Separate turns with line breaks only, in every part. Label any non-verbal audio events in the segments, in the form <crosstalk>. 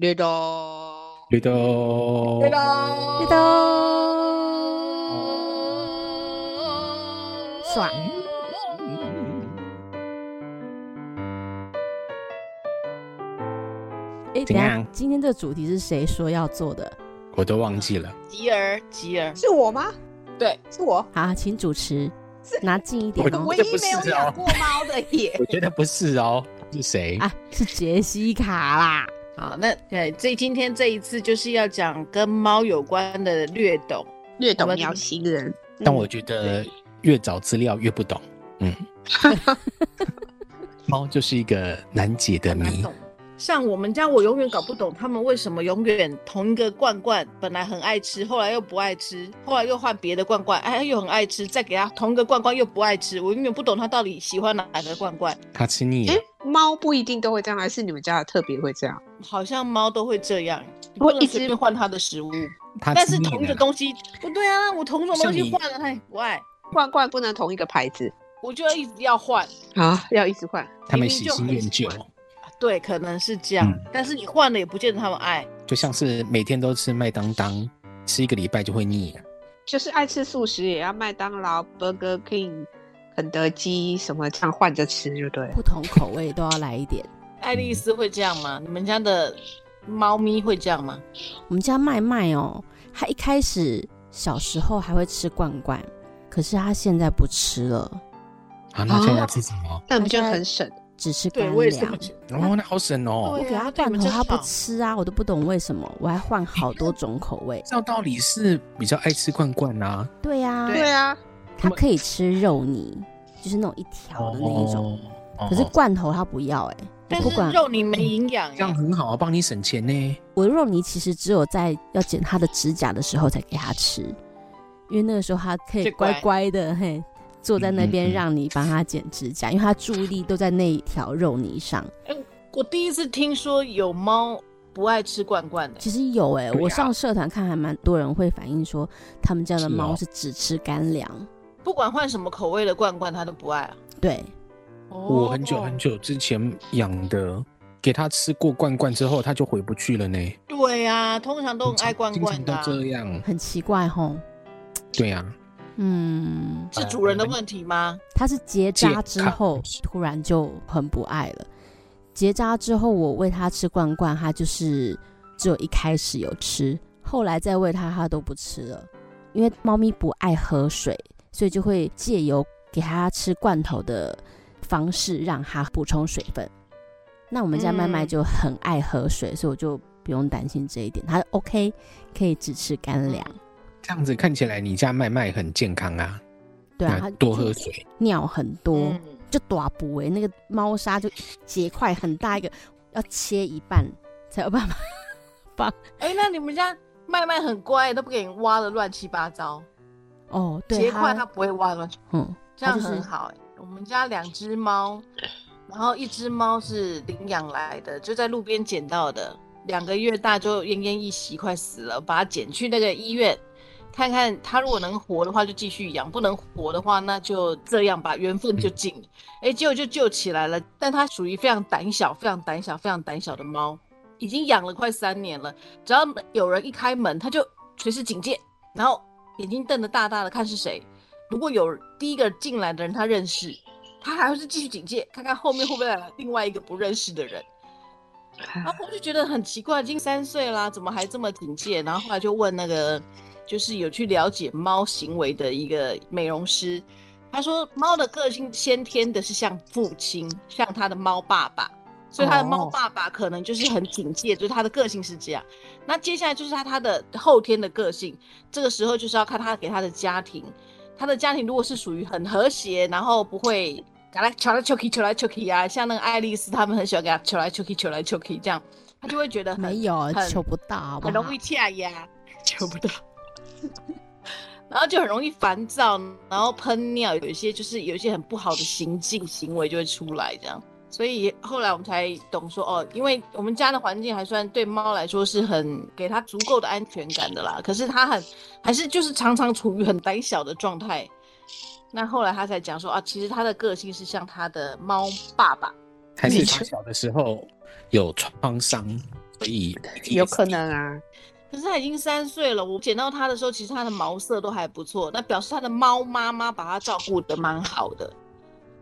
绿豆，
绿豆，
绿豆，
绿豆爽。哎，
怎
等一下
样，
今天这个主题是谁说要做的？
我都忘记了，
吉儿，吉儿，
是我吗？
对，
是我。
好，请主持
是
拿近一点
我
哦
唯
这
一
不是
没有
哦。
养过猫的耶
<laughs>
我觉得不是哦，是谁？
啊！是杰西卡啦，
好，那对这今天这一次就是要讲跟猫有关的略懂。
略
我
懂
们
鸟星人，
嗯
但我觉得越找资料越不懂，
<laughs>
嗯，猫就是一个难解的
难
谜
懂。像我们家，我永远搞不懂他们为什么永远同一个罐罐，本来很爱吃，后来又不爱吃，后来又换别的罐罐，哎，又很爱吃，再给他同一个罐罐又不爱吃，我永远不懂他到底喜欢哪个罐罐。
它吃腻了
诶，哎猫不一定都会这样，还是你们家的特别会这样？
好像猫都会这样，你
会
不能
一
随
直
便换它的食物，
它
但
吃
是
腻
同一个
了。
东西，不对啊，我同一种东
像
西
你
换了，它也不爱，
罐罐不能同一个牌子
我就要一直要换。
啊，要一直换。
他们
明明
喜
就
新
很
厌
喜
旧，
欢对，可能是这样，
嗯
但是你换了也不见得他们爱。
就像是每天都吃麦当当，吃一个礼拜就会腻了。
就是爱吃素食，也要麦当劳、Burger King、肯德基什么这样换着吃就对了。
不同口味都要来一点。
爱丽丝会这样吗？你们家的猫咪会这样吗？
我们家麦麦哦，他一开始小时候还会吃罐罐，可是他现在不吃了，
哦
啊，那现在吃什么？
那不就很省？
只吃
对
干粮。
我也是不吃。
哦，那好省哦。
我
对
给
啊
他
对你
断
们
头，
真
他不
爽
吃啊，我都不懂为什么，我还换好多种口
<laughs>
味。
照道理是比较爱吃罐罐啊，
对呀、
对啊，
他可以吃肉泥，就是那种一条的那一种，
哦。
可是
哦
罐头他不要哎、
但
我
是
不管
肉泥没营养
这
欸、
样很好啊，帮你省钱呢。
我的肉泥其实只有在要剪他的指甲的时候才给他吃，因为那个时候他可以
最
乖
乖
乖的嘿坐在那
嗯嗯
边
嗯
让你帮他剪指甲，因为他注意力都在那一条肉泥上。
我第一次听说有猫不爱吃罐罐的、
其实有哎、
对啊
我上社团看还蛮多人会反映说，他们家的
是哦
猫是只吃干粮。
不管换什么口味的罐罐，它都不爱啊。
对，
我很久很
久。
久之前养的，给它吃过罐罐之后，它就回不去了呢。
对啊，通常都很爱罐罐
经
的、
常
啊
都，这样。
很奇怪吼。
对啊，
嗯，
是主人的问题吗？
它是结扎之后
健
突然就很不爱了。结扎之后，我喂它吃罐罐，它就是只有一开始有吃，后来再喂它，它都不吃了。因为猫咪不爱喝水，所以就会借由给它吃罐头的方式让它补充水分。那我们家麦麦
嗯
就很爱喝水，所以我就不用担心这一点，它 OK 可以只吃干粮。
嗯
嗯
这样子看起来你家麦麦很健康啊，
对啊，
那
它
多喝水。
尿很多。
嗯，
就短补哎，那个猫砂就一结块很大一个，要切一半才有办法。 <laughs>
哎、那你们家麦麦很乖，都不给你挖的乱七八糟，
哦，对，
结块
它
它不会挖得乱七，
嗯，
这样
它就是
很好、欸。我们家两只猫，然后一只猫是领养来的，就在路边捡到的，两个月大就奄奄一息，快死了，把它捡去那个医院。看看它如果能活的话就继续养，不能活的话那就这样吧，缘分就尽了。哎、结果就救起来了，但它属于非常胆小、非常胆小、非常胆小的猫，已经养了快三年了。只要有人一开门，它就随时警戒，然后眼睛瞪得大大的，看是谁。如果有第一个进来的人他认识，他还是继续警戒，看看后面会不会来了另外一个不认识的人。然后我就觉得很奇怪，已经三岁啦，怎么还这么警戒？然后后来就问那个，就是有去了解猫行为的一个美容师，他说猫的个性先天的是像父亲，像它的猫爸爸，所以它的猫
哦
爸爸可能就是很警戒，就是它的个性是这样。那接下来就是它它的后天的个性，这个时候就是要看它给它的家庭，他的家庭如果是属于很和谐，然后不会给他求来求去求来求去啊，像那个爱丽丝他们很喜欢给他求来求去求来求去这样，他就会觉得很
没有
很
求不到好不好
很容易恰 <laughs> 压，求不到， <laughs> 然后就很容易烦躁，然后喷尿，有一些就是有一些很不好的行径行为就会出来这样。所以后来我们才懂说哦，因为我们家的环境还算对猫来说是很给它足够的安全感的啦。可是它很还是就是常常处于很胆小的状态。那后来他才讲说啊，其实它的个性是像它的猫爸爸，
还是它小的时候有创伤，所以
有可能啊。
可是它已经三岁了，我捡到它的时候，其实它的毛色都还不错，那表示它的猫妈妈把它照顾得蛮好的。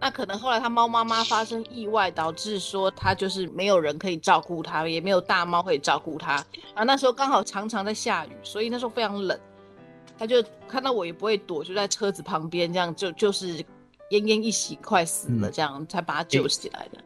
那可能后来它猫妈妈发生意外，导致说它就是没有人可以照顾它，也没有大猫可以照顾它。啊，那时候刚好常常在下雨，所以那时候非常冷，它就看到我也不会躲，就在车子旁边这样，就就是奄奄一息，快死了这样，才把它救起来的。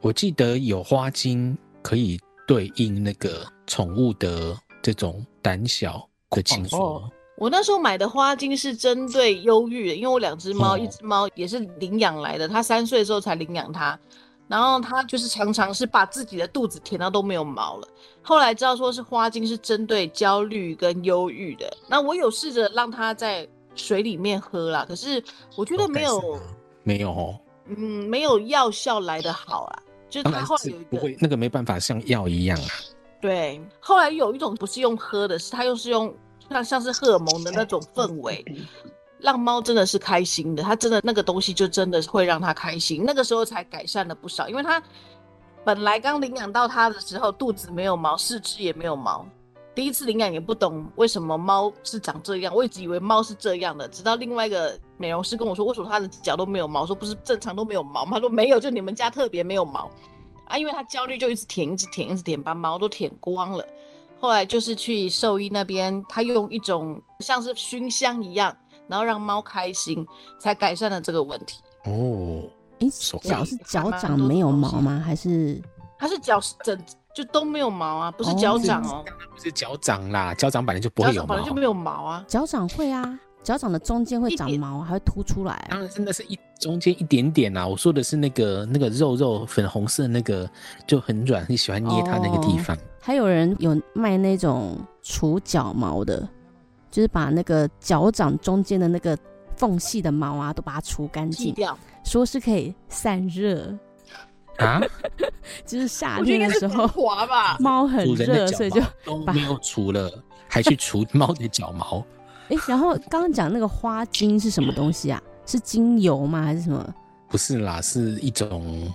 我记得有花精可以对应那个宠物的这种胆小的情绪。
哦
我那时候买的花精是针对忧郁的，因为我两只猫，
哦
一只猫也是领养来的，它三岁的时候才领养它，然后它就是常常是把自己的肚子舔到都没有毛了。后来知道说是花精是针对焦虑跟忧郁的，那我有试着让它在水里面喝啦，可是我觉得没有，
没有哦，
嗯，没有药效来的好啦，就是
当
它
然
后来
是
有一
不
个
会，那个没办法像药一样啊。
对，后来有一种不是用喝的，是它又是用像像是荷尔蒙的那种氛
<laughs>
围，让猫真的是开心的，它真的那个东西就真的会让它开心。那个时候才改善了不少，因为它本来刚领养到它的时候，肚子没有毛，四肢也没有毛。第一次领养也不懂为什么猫是长这样，我一直以为猫是这样的，直到另外一个美容师跟我说，为什么它的脚都没有毛？我说不是正常都没有毛吗？他说没有，就你们家特别没有毛。啊，因为他焦虑就一直舔，一直舔，一直舔，把毛都舔光了。后来就是去兽医那边，他用一种像是熏香一样，然后让猫开心，才改善了这个问题。
哦，
诶，
手
脚
感
是脚
还蛮
掌
多
没有
东
毛
西
吗？还是
它是脚是整就都没有毛啊，不是
哦
脚掌哦，
不是脚掌啦，脚掌本来就不
脚
会有哦
掌本来
毛
就，没有毛啊。
脚掌会啊？脚掌的中间会
一
长
点
毛，还会凸出来。
啊
当然真的是一中间一点点啦。我说的是那个那个肉肉粉红色那个就很软，你喜欢捏它那个
哦
地方。
还有人有卖那种除脚毛的，就是把那个脚掌中间的那个缝隙的毛啊，都把它除干
嗯
剃
净，
掉，
说是可以散热，
啊，
就是夏
我觉得应
天
该
的时
是
候
防滑
啊
吧。
猫很
主人的
热，
脚
所以就 <laughs>
毛都没有除了，还去除猫的脚毛。
哎、然后刚刚讲那个花精是什么东西啊？是精油吗？还是什么？
不是啦，是一种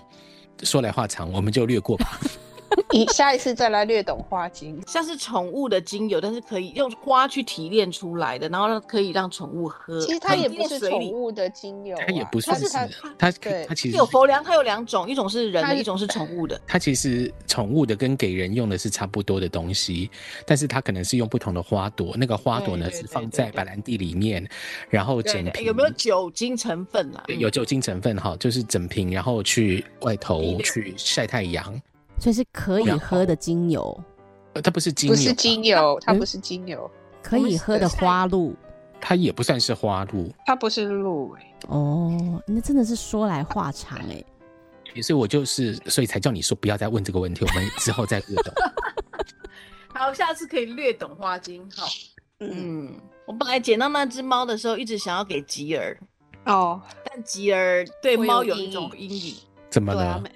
说来话长，我们就略过吧。
你下一次再来略懂花精。
像是宠物的精油，但是可以用花去提炼出来的，然后让可以让宠物喝。
其实它也不是
呃水
宠
里，
物的精油、啊，
它也不算
它
是
是它，
它
对
它其实
有佛粮，它有两种，一种是人
它
的，
是
一种是宠物的。
它其实宠物的跟给人用的是差不多的东西，但是它可能是用不同的花朵，那个花朵呢
对对
是
对
放
对
在
对
白兰地里面，然后
对
整
对，
瓶
有没有酒精成分啦？
对
嗯
有酒精成分哈，就是整瓶，然后去外
低
头
调
去晒太阳，
所以是可以
然
喝的精油，
呃，它不是精油
不
啊，
是精油，它
嗯
不是精油，
可
我们
以
是
喝的
在
花露
它也不算是花露，
它不是露、欸。
哦。那真的是说来话长哎、
所以我就是所以才叫你说不要再问这个问题，我们之后再略懂。
好，下次可以略懂花精。好，
嗯，
嗯，我本来捡到那只猫的时候，一直想要给吉儿，
哦，
但吉儿对
会有
猫有
阴
一
影
种阴影。
怎么
对啊，
了？
没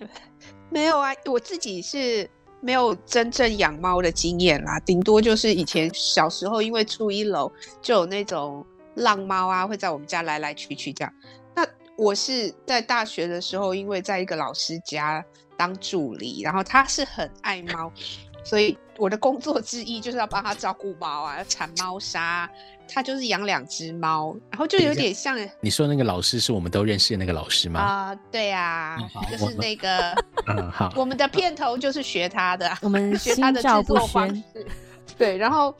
没 <laughs> 有啊，我自己是没有真正养猫的经验啦，顶多就是以前小时候因为住一楼就有那种浪猫啊，会在我们家来来去去这样。那我是在大学的时候，因为在一个老师家当助理，然后他是很爱猫，所以我的工作之一就是要帮他照顾猫啊，铲猫砂。他就是养两只猫，然后就有点像
你说那个老师是我们都认识的那个老师吗？
啊、对啊
嗯好，
就
我
是
们
那个。
嗯，好，
我们的片头就是学他的啊，
我
<laughs>
们
学
心
他的
照
制
不
作方
宣
式。。对，然后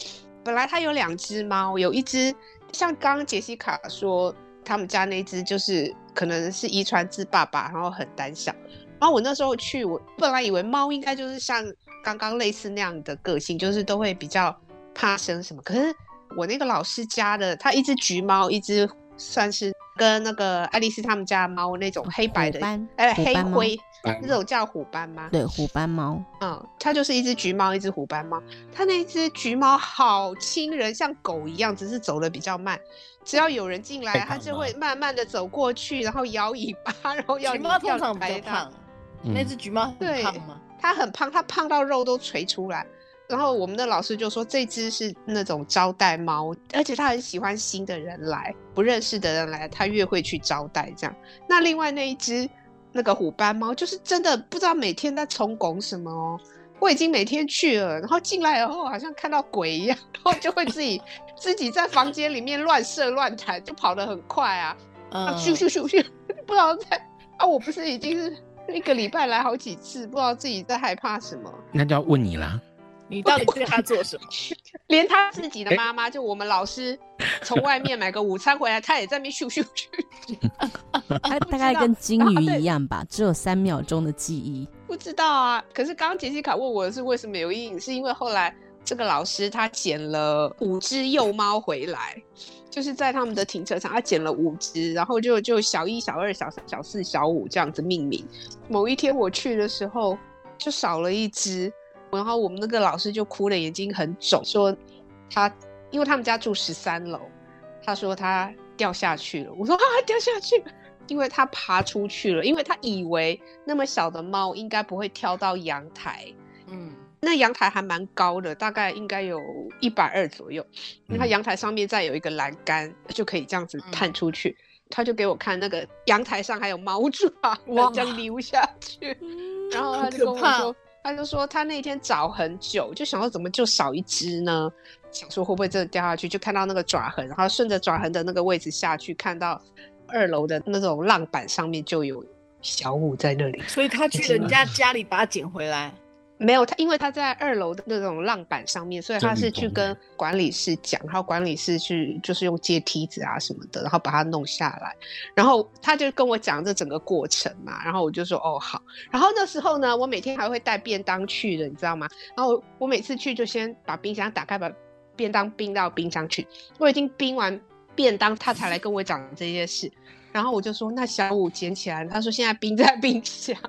本来他有两只猫，有一只像刚刚杰西卡说，他们家那只就是可能是遗传自爸爸，然后很胆小。然后我那时候去，我本来以为猫应该就是像刚刚类似那样的个性，就是都会比较怕生什么。可是我那个老师家的，它一只橘猫，一只算是跟那个爱丽丝他们家的猫那种黑白的
哦虎斑，
哎，
虎
黑
斑猫
灰那种叫虎斑吗？
对，虎
<laughs>
斑猫，
嗯，它就是一只橘猫，一只虎斑猫。它那一只橘猫好亲人，像狗一样，只是走的比较慢。只要有人进来，
太
它
胖
就
了
会慢慢的走过去，然后摇尾巴，然后要
橘
你
猫通
要
常比
拍
较
它。
胖，
嗯
那只橘猫很
对
胖吗？
它很胖，它胖到肉都垂出来。然后我们的老师就说，这只是那种招待猫，而且它很喜欢新的人来，不认识的人来，它越会去招待这样。那另外那一只那个虎斑猫，就是真的不知道每天在重拱什么哦。我已经每天去了，然后进来以后好像看到鬼一样，然后就会自己 <laughs> 自己在房间里面乱射乱弹，就跑得很快啊，啊
嗯，
咻咻咻 <laughs> 咻，不知道在啊，我不是已经是一个礼拜来好几次，不知道自己在害怕什么。
那就要问你啦。
你到底对他做 <laughs> 什么？
连他自己的妈妈，就我们老师，从外面买个午餐回来，他也在那边咻咻咻，
它
不知
大概
道
跟金
啊
鱼
对
一样吧，只有三秒钟的记忆。
不知道啊。可是刚刚杰西卡问我是为什么有阴影，是因为后来这个老师他捡了五只幼猫回来，就是在他们的停车场，他捡了五只，然后就就小一、小二、小三、小四、小五这样子命名。某一天我去的时候，就少了一只，然后我们那个老师就哭的眼睛很肿，说他因为他们家住十三楼，他说他掉下去了。我说啊，掉下去了，因为他爬出去了，因为他以为那么小的猫应该不会跳到阳台，
嗯，
那阳台还蛮高的，大概应该有一百二左右。那它
嗯
阳台上面再有一个栏杆，就可以这样子探出去。他就给我看那个阳台上还有猫爪， <laughs>
哇
这样流下去。然后他
嗯好
就
可
跟我
怕
说，他就说他那天找很久，就想说怎么就少一只呢？想说会不会真的掉下去？就看到那个爪痕，然后顺着爪痕的那个位置下去，看到二楼的那种浪板上面就有小五在那里。
所以他去人家家里把他捡回来。
没有他，因为他在二楼的那种浪板上面，所以他
真
是
理
去
懂
跟管理室讲，然后管理室去就是用接梯子啊什么的，然后把它弄下来。然后他就跟我讲这整个过程嘛，然后我就说哦好。然后那时候呢，我每天还会带便当去的，你知道吗？然后我每次去就先把冰箱打开，把便当冰到冰箱去。我已经冰完便当，他才来跟我讲这些事。然后我就说那小五捡起来，他说现在冰在冰箱。 <laughs>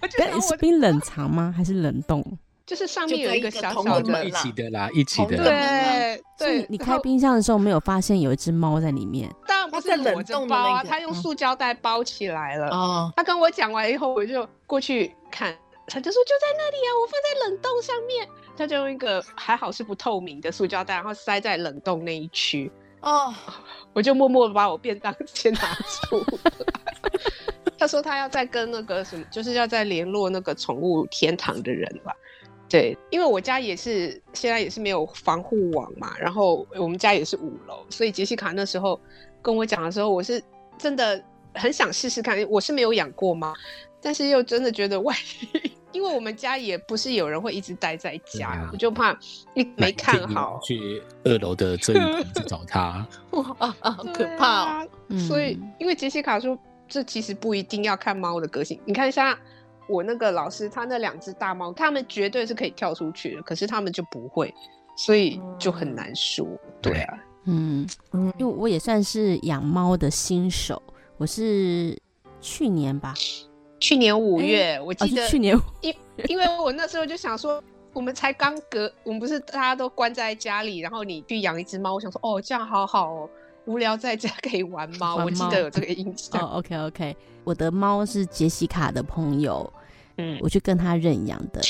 我就
但
想
是
我
冰冷藏吗？还是冷冻？
就是上面
就
有
在
一
一
个
个
小
同
小
门
的
门
一起的啦，一起
对
的啦。
对
所以
对
你，你
然
开
后
冰箱的时候没有发现有一只猫在里面？
当然不
它
是
在冷
裸着
冻的
包啊，
那个
他用
嗯
塑胶袋包起来了。
<laughs> 哦，
他跟我讲完以后，我就过去看，他就说就在那里啊，我放在冷冻上面。他就用一个还好是不透明的塑胶袋，然后塞在冷冻那一区。
<laughs> 哦，
我就默默地把我便当 <laughs> 先拿出来。 <laughs> 他说他要再跟那个什么，就是要再联络那个宠物天堂的人吧。对，因为我家也是现在也是没有防护网嘛，然后我们家也是五楼，所以杰西卡那时候跟我讲的时候，我是真的很想试试看。我是没有养过猫，但是又真的觉得万一，因为我们家也不是有人会一直待在家，
对啊
我就怕一
那
没
一定
看
有人
好，
去二楼的遮雨棚去找
<laughs>
他。
哇，啊好
对
可怕
啊
哦！
所以
嗯，
因为杰西卡说，这其实不一定要看猫的个性。你看像我那个老师，他那两只大猫，它们绝对是可以跳出去的，可是它们就不会，所以就很难说。对啊，
嗯，
嗯
因为我也算是养猫的新手，我是去年吧，
去年五月、我
啊，
记
是
得，<laughs>
去年
因
哎
因为我那时候就想说。我们才刚隔，我们不是大家都关在家里，然后你去养一只猫，我想说，哦，这样好好哦，无聊在家可以玩猫。
玩
我记
猫
得有这个印象。
哦，OK OK，我的猫是杰西卡的朋友，
嗯
我去跟他认养的。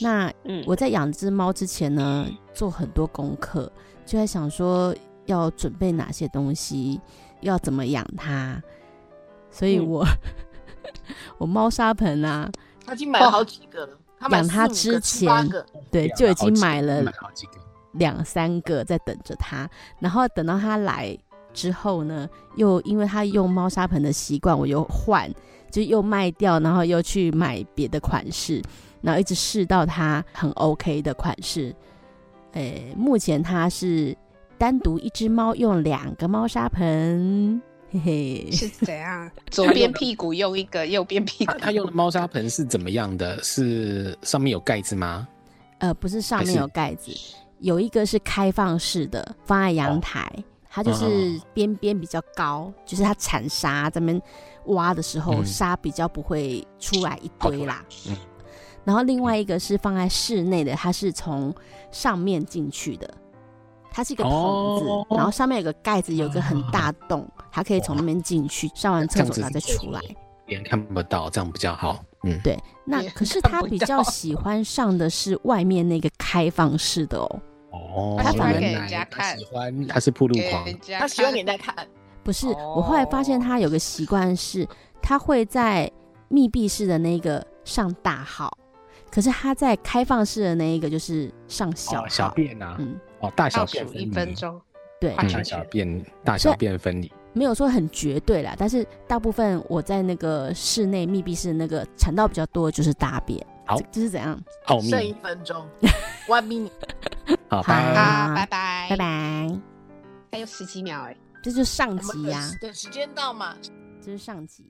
那
嗯
我在养只猫之前呢，做很多功课，就在想说要准备哪些东西，要怎么养它，所以
嗯
我、 <laughs> 我猫砂盆啊，
他已经买了好几个了。哦他买
养它
四五
之
个七八
前
个
对，就已经买了
买好几个。
两三个在等着它，然后等到它来之后呢，又因为它用猫砂盆的习惯，我又换，就又卖掉，然后又去买别的款式，然后一直试到它很 OK 的款式。诶，目前它是单独一只猫用两个猫砂盆，嘿嘿，
是怎
<laughs>
样？左边屁股用一个，右边屁股
他他用的猫砂盆是怎么样的？是上面有盖子吗？
呃，不是上
还
面
是
有盖子，有一个是开放式的，放在阳台，它就是
哦
边边比较高，就是它铲沙咱们挖的时候，
嗯
沙比较不会出来一
跑
堆
出来
啦。
嗯
然后另外一个是放在室内的，它是从上面进去的，它是一个桶子，
哦啊
然后上面有个盖子，有个很大洞，它可以从那边进去，上完厕所
这
然
样子
后再
是
出来。
别人看不到，这样比较好。嗯，
对，那
也
可是
看
它
不
比
到
<laughs>
较喜欢上的是外面那个开放式的哦。
哦，
他
反而
原
给
来
人家
他
看
喜欢他是铺路
给
狂，哦
人家看。
他喜欢给大家看。
不是，
哦
我后来发现他有个习惯是，他会在密闭式的那个上大号，可是他在开放式的那一个就是上小号。
哦小便啊，
嗯，
哦大
倒
小便
数一
分
分
离，
钟，
对，
快
嗯
出
大
去
小便大小便分离，
没有说很绝对啦，但是大部分我在那个室内密闭式那个产道比较多的就是大便。
好
这这是怎样？
奥
剩一
秘，
分
<laughs>
钟，one minute。
好
好
嗯
吧，
啊，拜拜，
拜，拜，
还有十几秒哎。
这就是上集呀、
等时间到嘛，
这是上集。